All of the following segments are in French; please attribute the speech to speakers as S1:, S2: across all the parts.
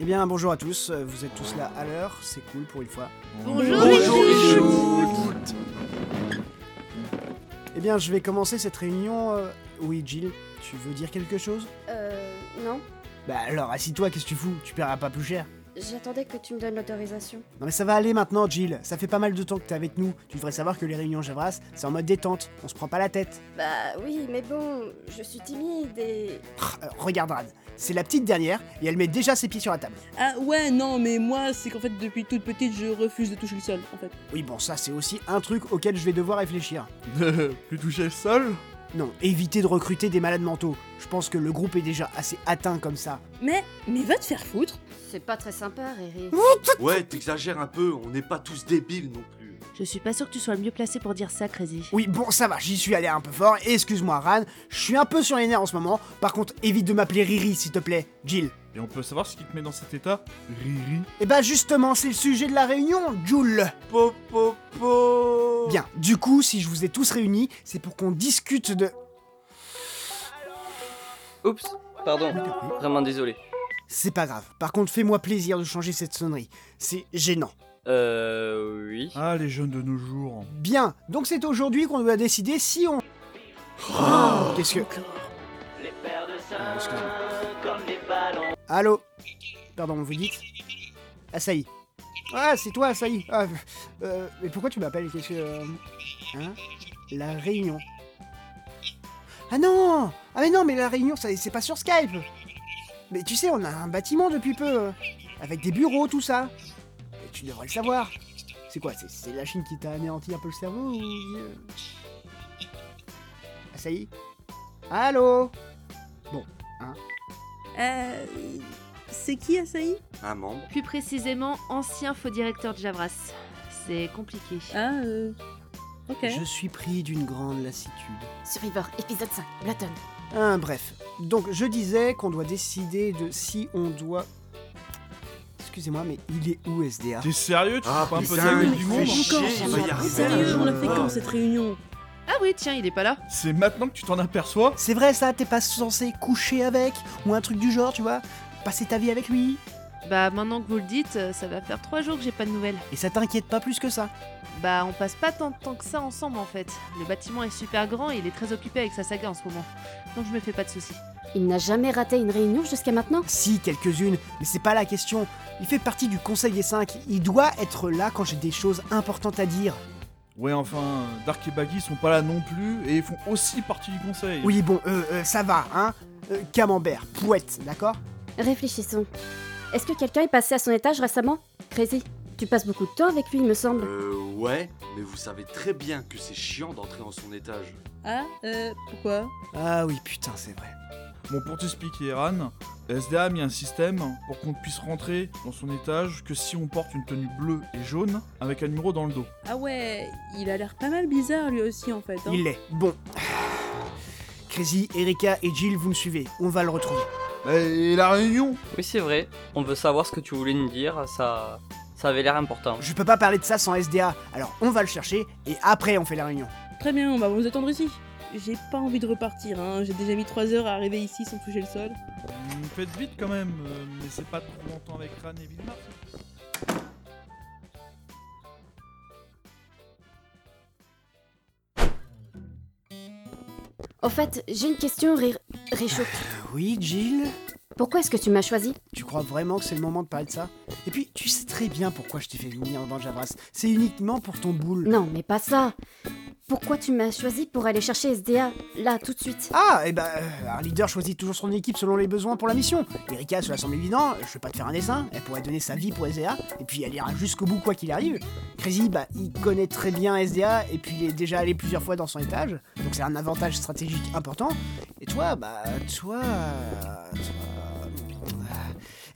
S1: Eh bien, bonjour à tous, euh, vous êtes tous là à l'heure, c'est cool pour une fois.
S2: Bonjour,
S1: Eh bien, je vais commencer cette réunion. euh, Oui, Jill, tu veux dire quelque chose
S2: Euh, non.
S1: Bah alors, assis-toi, qu'est-ce que tu fous Tu paieras pas plus cher.
S2: J'attendais que tu me donnes l'autorisation.
S1: Non mais ça va aller maintenant, Jill, ça fait pas mal de temps que t'es avec nous. Tu devrais savoir que les réunions Javras, c'est en mode détente, on se prend pas la tête.
S2: Bah oui, mais bon, je suis timide et...
S1: Euh, regarde Rad, c'est la petite dernière et elle met déjà ses pieds sur la table.
S3: Ah ouais, non, mais moi, c'est qu'en fait, depuis toute petite, je refuse de toucher le sol, en fait.
S1: Oui, bon, ça c'est aussi un truc auquel je vais devoir réfléchir.
S4: Plus toucher le sol
S1: Non, éviter de recruter des malades mentaux. Je pense que le groupe est déjà assez atteint comme ça.
S3: Mais, mais va te faire foutre
S2: C'est pas très sympa, Riri.
S5: Ouais, t'exagères un peu, on n'est pas tous débiles non plus.
S6: Je suis pas sûr que tu sois le mieux placé pour dire ça, Crazy.
S1: Oui, bon, ça va, j'y suis allé un peu fort, et excuse-moi Ran, je suis un peu sur les nerfs en ce moment. Par contre, évite de m'appeler Riri, s'il te plaît, Jill.
S4: Et on peut savoir ce qui te met dans cet état Riri
S1: Et bah justement, c'est le sujet de la réunion, Joule.
S5: Po, po, po.
S1: Bien, du coup, si je vous ai tous réunis, c'est pour qu'on discute de...
S7: Oups, pardon, vraiment désolé.
S1: C'est pas grave. Par contre, fais-moi plaisir de changer cette sonnerie. C'est gênant.
S7: Euh, oui.
S4: Ah, les jeunes de nos jours.
S1: Bien, donc c'est aujourd'hui qu'on doit décider si on... Qu'est-ce que... Ah, excuse-moi. Allô Pardon, vous dites Assaï. Ah, c'est toi, Assaï. Ah, euh, mais pourquoi tu m'appelles Qu'est-ce que... euh, Hein La réunion. Ah non Ah mais non, mais la réunion, ça- c'est pas sur Skype Mais tu sais, on a un bâtiment depuis peu, euh, avec des bureaux, tout ça. Et tu devrais le savoir. C'est quoi c'est- C'est la Chine qui t'a anéanti un peu le cerveau ou... euh Ah ça y est Allô
S3: Euh... C'est qui, Asahi
S5: Un membre
S6: Plus précisément, ancien faux directeur de Javras. C'est compliqué.
S3: Ah, euh... Ok.
S1: Je suis pris d'une grande lassitude.
S2: Survivor, épisode 5, Blaton.
S1: Ah, bref. Donc je disais qu'on doit décider de si on doit... Excusez-moi, mais il est où SDA
S4: T'es sérieux Tu
S5: Ah,
S4: fais pas un peu
S5: putain,
S4: ta gueule
S5: il
S4: du
S5: fait
S4: monde
S5: chier.
S3: Encore,
S5: il va y arriver,
S3: sérieux, on l'a fait
S5: là.
S3: quand cette réunion
S6: Ah oui, tiens, il est pas là.
S4: C'est maintenant que tu t'en aperçois
S1: C'est vrai ça, t'es pas censé coucher avec Ou un truc du genre, tu vois Passer ta vie avec lui
S6: Bah maintenant que vous le dites, euh, ça va faire trois jours que j'ai pas de nouvelles.
S1: Et ça t'inquiète pas plus que ça
S6: Bah on passe pas tant de temps que ça ensemble en fait. Le bâtiment est super grand et il est très occupé avec sa saga en ce moment. Donc je me fais pas de soucis.
S2: Il n'a jamais raté une réunion jusqu'à maintenant
S1: Si, quelques-unes, mais c'est pas la question. Il fait partie du Conseil des 5. Il doit être là quand j'ai des choses importantes à dire.
S4: Ouais, enfin, Dark et Baggy sont pas là non plus et ils font aussi partie du conseil.
S1: Oui, bon, euh, euh, ça va, hein Euh, Camembert, pouette, d'accord
S2: Réfléchissons. Est-ce que quelqu'un est passé à son étage récemment Crazy, tu passes beaucoup de temps avec lui, il me semble.
S5: Euh, ouais, mais vous savez très bien que c'est chiant d'entrer en son étage.
S3: Ah, euh, pourquoi
S1: Ah oui, putain, c'est vrai.
S4: Bon, pour t'expliquer, Eran, SDA a mis un système pour qu'on ne puisse rentrer dans son étage que si on porte une tenue bleue et jaune avec un numéro dans le dos.
S3: Ah ouais, il a l'air pas mal bizarre, lui aussi, en fait. hein.
S1: Il l'est. Bon. Crazy, Erika et Jill, vous me suivez. On va le retrouver.
S4: Bah, Et la réunion
S7: Oui, c'est vrai. On veut savoir ce que tu voulais nous dire, ça. Ça avait l'air important.
S1: Je peux pas parler de ça sans SDA, alors on va le chercher et après on fait la réunion.
S3: Très bien, bah on va vous attendre ici. J'ai pas envie de repartir, hein. J'ai déjà mis 3 heures à arriver ici sans toucher le sol.
S4: Hmm, Faites vite quand même, euh, mais c'est pas trop longtemps avec Ran et Vilmar.
S2: Au fait, j'ai une question, Riri... Richo.
S1: Oui, Jill
S2: Pourquoi est-ce que tu m'as choisi
S1: Tu crois vraiment que c'est le moment de parler de ça Et puis, tu sais très bien pourquoi je t'ai fait venir dans Javras. C'est uniquement pour ton boule.
S2: Non, mais pas ça. Pourquoi tu m'as choisi pour aller chercher SDA, là, tout de suite
S1: Ah, et ben, euh, un leader choisit toujours son équipe selon les besoins pour la mission. Erika, cela semble évident, je vais pas te faire un dessin, elle pourrait donner sa vie pour SDA, et puis elle ira jusqu'au bout quoi qu'il arrive. Crazy, bah, il connaît très bien SDA, et puis il est déjà allé plusieurs fois dans son étage, donc c'est un avantage stratégique important. Et toi, bah, toi... toi...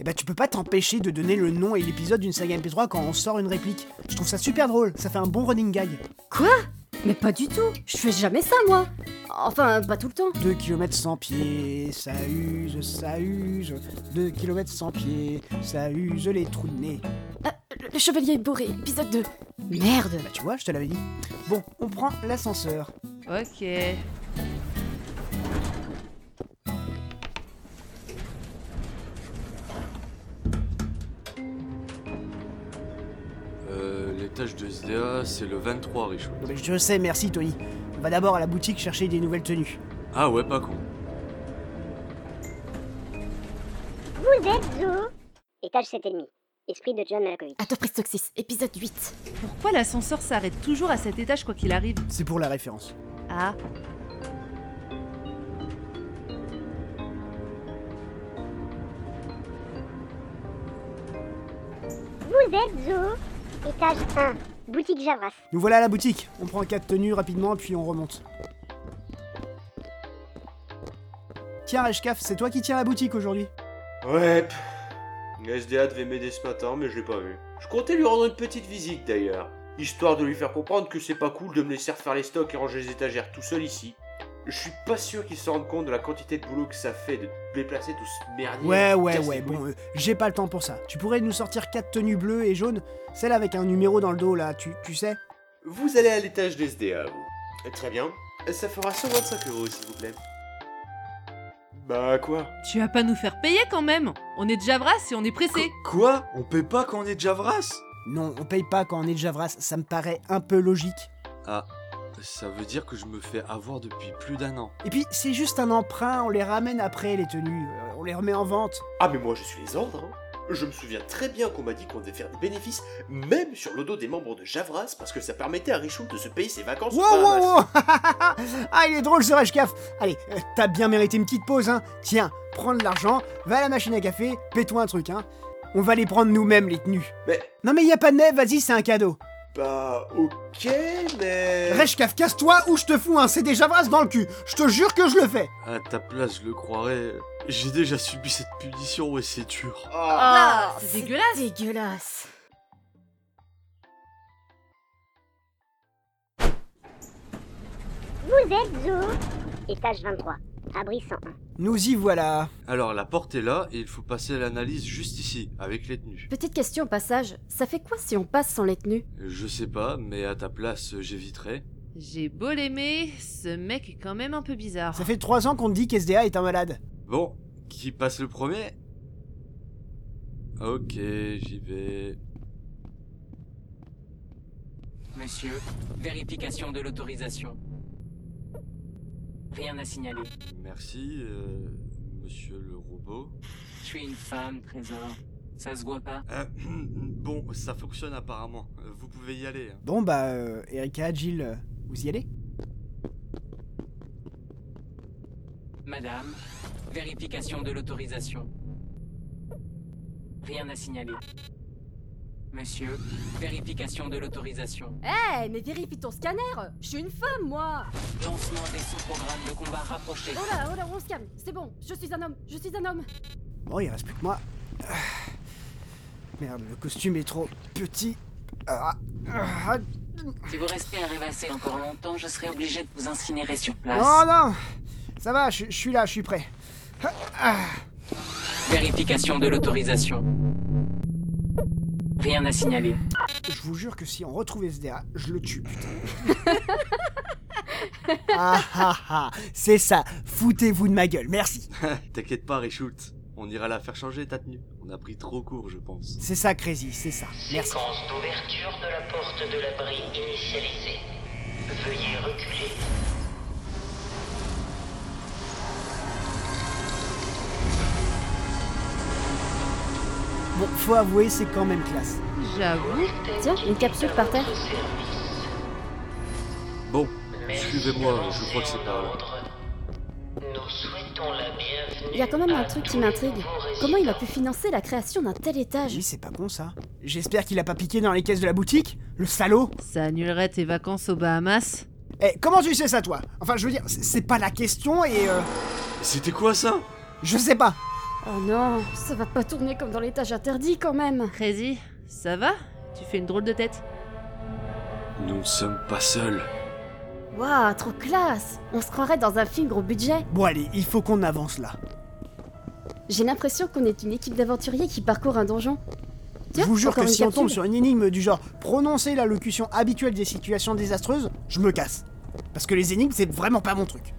S1: Et bah, tu peux pas t'empêcher de donner le nom et l'épisode d'une saga MP3 quand on sort une réplique. Je trouve ça super drôle, ça fait un bon running gag.
S2: Mais pas du tout Je fais jamais ça, moi Enfin, pas tout le temps
S1: 2 km sans pied, ça use, ça use. 2 km sans pied, ça use les trous de nez.
S2: Le, le Chevalier est bourré, épisode 2. Merde
S1: Bah tu vois, je te l'avais dit. Bon, on prend l'ascenseur.
S6: Ok.
S5: siège Euh, de SDA, c'est le 23 Richaud.
S1: Bah, Je sais, merci Tony. Va d'abord à la boutique chercher des nouvelles tenues.
S5: Ah ouais, pas con.
S8: Vous êtes où Étage 7 et demi. Esprit de John Malkovich.
S2: Entreprise Toxis, épisode 8.
S6: Pourquoi l'ascenseur s'arrête toujours à cet étage quoi qu'il arrive
S1: C'est pour la référence.
S6: Ah,
S8: Vous êtes où Étage 1. Boutique Javras.
S1: Nous voilà à la boutique. On prend quatre tenues rapidement puis on remonte. Tiens, Ashkaf, c'est toi qui tiens la boutique aujourd'hui.
S9: Ouais. pff. Le SDA devait m'aider ce matin, mais je l'ai pas vu. Je comptais lui rendre une petite visite d'ailleurs, histoire de lui faire comprendre que c'est pas cool de me laisser faire les stocks et ranger les étagères tout seul ici. Je suis pas sûr qu'il se rende compte de la quantité de boulot que ça fait de déplacer tout ce merdier.
S1: Ouais, ouais,
S9: Casse les
S1: ouais,
S9: couilles.
S1: bon, euh, j'ai pas le temps pour ça. Tu pourrais nous sortir quatre tenues bleues et jaunes Celle avec un numéro dans le dos, là, tu, tu sais
S9: Vous allez à l'étage des SDA, vous. Eh, Très bien. Ça fera 125 euros, s'il vous plaît. Bah quoi
S6: tu vas pas nous faire payer quand même On est de Javras et on est
S5: Qu-
S6: pressé.
S5: Quoi On paie pas quand on est de Javras
S1: Non, on paye pas quand on est de Javras, ça me paraît un peu logique.
S5: Ah, ça veut dire que je me fais avoir depuis plus d'un an.
S1: Et puis, c'est juste un emprunt, on les ramène après, les tenues. euh, On les remet en vente.
S9: Ah mais moi je suis les ordres. hein. Je me souviens très bien qu'on m'a dit qu'on devait faire des bénéfices, même sur le dos des membres de Javras, parce que ça permettait à Richoult de se payer ses vacances.
S1: Wow,
S9: au Bahamas.
S1: wow, wow Ah, il est drôle ce Rashkaf Allez, euh, t'as bien mérité une petite pause, hein Tiens, prends de l'argent, va à la machine à café, paie-toi un truc, hein On va les prendre nous-mêmes, les tenues.
S9: Mais-
S1: Non mais y a pas de neige, vas-y, c'est un cadeau
S9: Bah ok, mais...
S1: Reshkaf, casse-toi ou je te fous un CD Javras dans le cul. Je te jure que je le fais.
S5: À ta place, je le croirais. J'ai déjà subi cette punition, ouais, c'est dur.
S9: Ah,
S6: Ah, c'est dégueulasse.
S2: Dégueulasse.
S8: Vous êtes où Étage 23. Abri 101.
S1: Nous y voilà.
S5: Alors, la porte est là et il faut passer à l'analyse juste ici, avec les tenues.
S2: Petite question au passage, ça fait quoi si on passe sans les tenues
S5: Je sais pas, mais à ta place, j'éviterai.
S6: J'ai beau l'aimer, ce mec est quand même un peu bizarre.
S1: Ça fait trois ans qu'on te dit qu'SDA est un malade.
S5: Bon, qui passe le premier Ok, j'y vais.
S10: Monsieur, vérification de l'autorisation. Rien à signaler.
S5: Merci, euh, monsieur le robot.
S10: Je suis une femme, Trésor. Ça se voit pas
S5: Euh, bon, ça fonctionne apparemment. Euh, Vous pouvez y aller. hein.
S1: Bon bah, euh, Erika, Jill, euh, vous y allez
S10: Madame, vérification de l'autorisation. Rien à signaler. Monsieur, vérification de l'autorisation.
S2: Eh, mais vérifie ton scanner Je suis une femme, moi
S10: Lancement des sous-programmes de combat rapprochés.
S2: Oh là, oh là, on se calme, c'est bon, je suis un homme, je suis un homme
S1: Bon, il reste plus que moi. Ah. Merde, le costume est trop petit. Ah, ah.
S10: Si vous restez à rêvasser encore longtemps, je serai obligé de vous incinérer sur
S6: Ah,
S10: place.
S1: Non, non Ça va, je je suis là, je suis prêt.
S10: Vérification de l'autorisation. Rien à signaler.
S1: Je vous jure que si on retrouve SDA, je le tue, putain. ah ah ah C'est ça Foutez-vous de ma gueule, merci
S5: T'inquiète pas, Richoult. On ira la faire changer ta tenue. On a pris trop court, je pense.
S1: C'est ça, Crazy, c'est ça. Merci.
S10: Séquence d'ouverture de la porte de l'abri initialisée. Veuillez reculer.
S1: Bon, faut avouer, c'est quand même classe.
S6: J'avoue.
S2: Tiens, une capsule par terre
S5: Bon, suivez-moi, je crois que c'est par là.
S2: Il y a quand même un truc qui m'intrigue. Comment il a pu financer la création d'un tel étage
S1: Oui, c'est pas con ça. J'espère qu'il a pas piqué dans les caisses de la boutique, le salaud.
S6: Ça annulerait tes vacances aux Bahamas
S1: Eh, comment tu sais ça toi Enfin, je veux dire, c'est- c'est pas la question et euh,
S5: C'était quoi ça
S1: je sais pas.
S2: Oh non, ça va pas tourner comme dans l'étage interdit quand même
S6: Crazy, ça va Tu fais une drôle de tête
S5: Nous ne sommes pas seuls.
S2: Waouh, trop classe On se croirait dans un film gros budget
S1: Bon allez, il faut qu'on avance là.
S2: J'ai l'impression qu'on est une équipe d'aventuriers qui parcourt un donjon.
S1: Je
S2: Tiens,
S1: vous jure
S2: encore
S1: que
S2: une
S1: si on tombe
S2: capsule.
S1: sur une énigme du genre prononcer la locution habituelle des situations désastreuses, je me casse. Parce que les énigmes, c'est vraiment pas mon truc.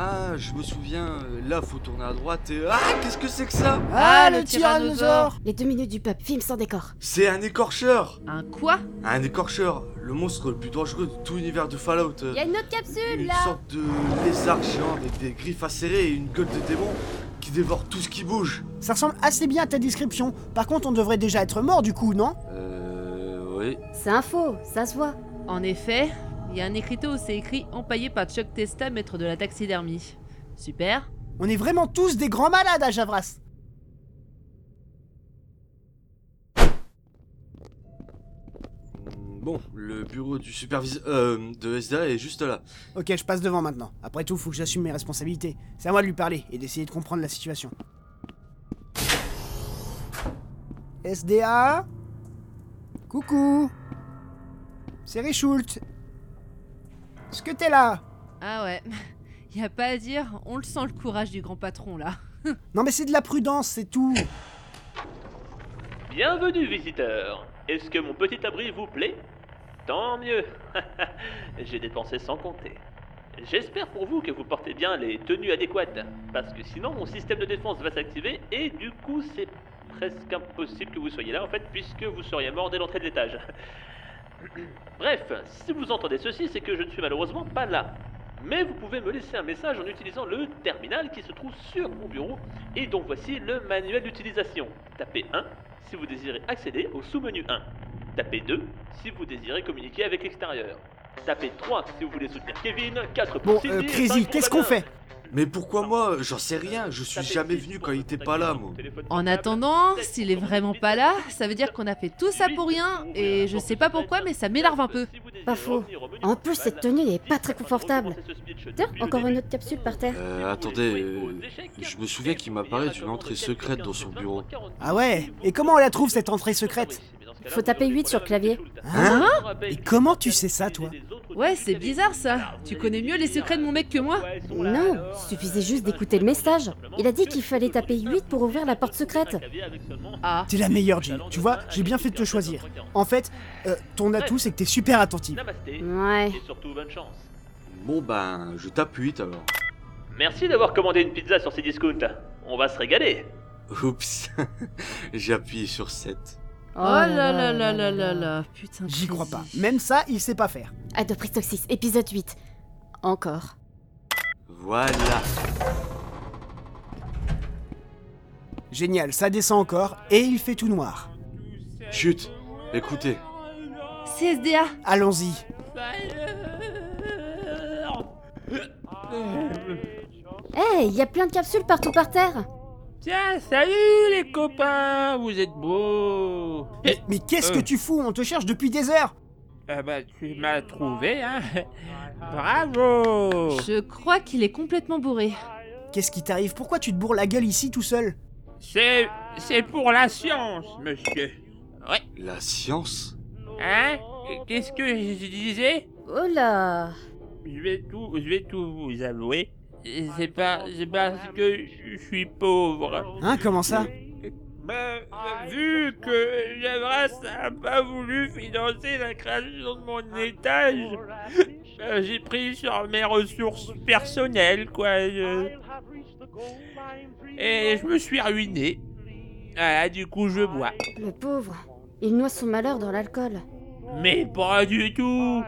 S5: Ah, je me souviens, euh, là faut tourner à droite et. Ah, qu'est-ce que c'est que ça
S1: Ah, le tyrannosaure
S2: Les deux minutes du pub, film sans décor.
S5: C'est un écorcheur
S6: Un quoi
S5: Un écorcheur Le monstre le plus dangereux de tout l'univers de Fallout euh,
S2: Y'a une autre capsule
S5: Une
S2: là
S5: sorte de lézard géant avec des griffes acérées et une gueule de démon qui dévore tout ce qui bouge
S1: Ça ressemble assez bien à ta description. Par contre, on devrait déjà être mort du coup, non
S5: Euh. Oui.
S2: C'est un faux, ça se voit.
S6: En effet, il y a un écriteau où c'est écrit empaillé par Chuck Testa, maître de la taxidermie. Super.
S1: On est vraiment tous des grands malades à Javras.
S5: Bon, le bureau du superviseur. Euh, de SDA est juste là.
S1: Ok, je passe devant maintenant. Après tout, faut que j'assume mes responsabilités. C'est à moi de lui parler et d'essayer de comprendre la situation. SDA Coucou C'est Richult Est-ce que t'es là
S6: Ah ouais. Y a pas à dire, on le sent le courage du grand patron là.
S1: Non mais c'est de la prudence, c'est tout
S11: Bienvenue, visiteurs. Est-ce que mon petit abri vous plaît Tant mieux. J'ai dépensé sans compter. J'espère pour vous que vous portez bien les tenues adéquates, parce que sinon mon système de défense va s'activer et du coup c'est presque impossible que vous soyez là en fait, puisque vous seriez mort dès l'entrée de l'étage. Bref, si vous entendez ceci, c'est que je ne suis malheureusement pas là. Mais vous pouvez me laisser un message en utilisant le terminal qui se trouve sur mon bureau et donc voici le manuel d'utilisation. Tapez 1 si vous désirez accéder au sous-menu 1. Tapez 2 si vous désirez communiquer avec l'extérieur. Tapez 3 si vous voulez soutenir Kevin, 4 pour
S1: Bon, euh, Crazy, qu'est-ce qu'on fait
S5: Mais pourquoi moi J'en sais rien, je suis jamais venu quand il était pas là, moi.
S6: En attendant, s'il est vraiment pas là, ça veut dire qu'on a fait tout ça pour rien, et je sais pas pourquoi, mais ça m'énerve un peu.
S2: Pas faux. En plus, cette tenue n'est pas très confortable. Tiens, encore une autre capsule par terre.
S5: Euh, attendez, euh, je me souviens qu'il m'apparaît d'une entrée secrète dans son bureau.
S1: Ah ouais Et comment on la trouve cette entrée secrète
S2: Faut taper 8 sur le clavier.
S1: Hein Et comment tu sais ça, toi
S6: Ouais, c'est bizarre ça. Tu connais mieux les secrets de mon mec que moi.
S2: Non, suffisait juste d'écouter le message. Il a dit qu'il fallait taper 8 pour ouvrir la porte secrète.
S6: Ah,
S1: T'es la meilleure, Jill. Tu vois, j'ai bien fait de te choisir. En fait, euh, ton atout, c'est que t'es super attentive.
S11: Namasté.
S2: Ouais.
S11: Et surtout, bonne chance.
S5: Bon ben, je tape 8 alors.
S11: Merci d'avoir commandé une pizza sur ces discounts. On va se régaler.
S5: Oups, j'ai appuyé sur 7.
S6: Oh là là là là là là, putain.
S1: J'y crois
S6: Crazy.
S1: pas. Même ça, il sait pas faire.
S2: Adopris Toxis, épisode 8. Encore.
S5: Voilà.
S1: Génial, ça descend encore, et il fait tout noir.
S5: Chut, écoutez.
S6: CSDA.
S1: Allons-y.
S2: Hey, il y a plein de capsules partout par terre.
S10: Tiens, salut les copains, vous êtes beaux.
S1: Mais, mais qu'est-ce que
S10: Euh.
S1: tu fous On te cherche depuis des heures
S10: Ah bah tu m'as trouvé, hein. Bravo.
S6: Je crois qu'il est complètement bourré.
S1: Qu'est-ce qui t'arrive Pourquoi tu te bourres la gueule ici tout seul
S10: C'est c'est pour la science, monsieur.
S5: La science
S10: Hein Qu'est-ce que je disais
S2: Oh là
S10: Je vais tout je vais tout vous avouer. C'est pas c'est parce que je suis pauvre.
S1: Hein, comment ça
S10: Bah, vu que Javras n'a pas voulu financer la création de mon étage, bah, j'ai pris sur mes ressources personnelles, quoi. euh. Et je me suis ruiné. Voilà, du coup, je bois.
S2: Le pauvre. Il noie son malheur dans l'alcool.
S10: Mais pas du tout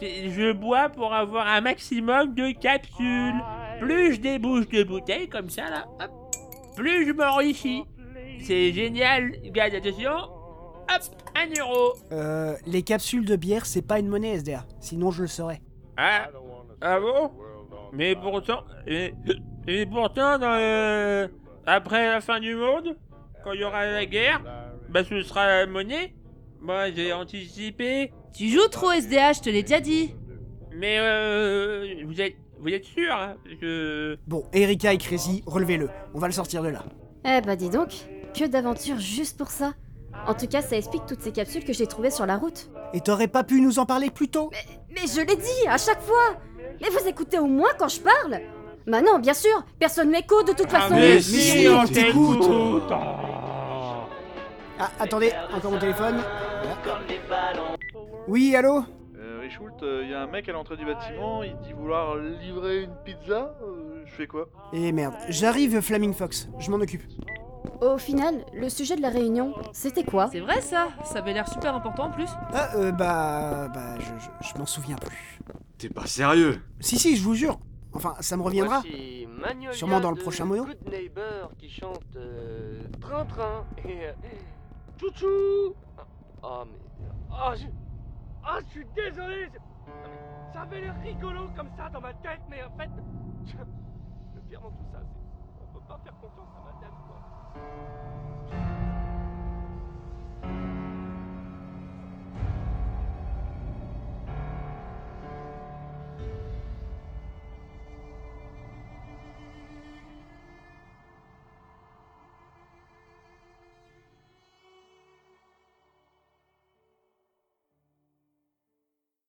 S10: C'est- Je bois pour avoir un maximum de capsules. Plus je débouche de bouteilles comme ça, là, hop, plus je m'enrichis. C'est génial, gars, attention. Hop, un euro.
S1: Euh, les capsules de bière, c'est pas une monnaie, SDA. Sinon, je le saurais.
S10: Ah, ah bon Mais pourtant, et, et pourtant, dans le- après la fin du monde, quand il y aura la guerre, bah ce sera la monnaie. Moi, j'ai anticipé.
S6: Tu joues trop SDA, je te l'ai déjà dit.
S10: Mais euh, vous êtes, vous êtes sûr hein, que
S1: Bon, Erika et Crazy, relevez-le. On va le sortir de là.
S2: Eh bah dis donc, que d'aventures juste pour ça. En tout cas, ça explique toutes ces capsules que j'ai trouvées sur la route.
S1: Et t'aurais pas pu nous en parler plus tôt
S2: Mais je l'ai dit, à chaque fois Mais vous écoutez au moins quand je parle Bah non, bien sûr, personne m'écoute de toute façon
S1: Ah, mais si, on t'écoute.
S10: Ah.
S1: Ah, attendez, encore mon téléphone. Voilà. Oui, allô
S11: Euh,
S10: Schultz, il y a un mec à l'entrée du bâtiment, il dit vouloir livrer une pizza. euh, je fais quoi
S1: Et Eh, merde, j'arrive Flaming Fox, je m'en occupe.
S2: Au final, le sujet de la réunion, c'était quoi
S6: C'est vrai ça Ça avait l'air super important en plus.
S1: Ah, euh, bah. Bah, je, je- je m'en souviens plus.
S5: T'es pas sérieux
S1: Si, si, je vous jure. Enfin, ça me reviendra.
S11: Voici Magnolia
S1: Sûrement dans le
S11: de
S1: prochain mono.
S11: Good Neighbor qui chante euh, Train Train et euh, Chouchou. Ah, ah, mais. Ah, je. Ah, je suis désolé. c'est- Non, mais ça avait l'air rigolo comme ça dans ma tête, mais en fait. je- Le pire dans tout ça, c'est. On peut pas faire confiance à madame, quoi.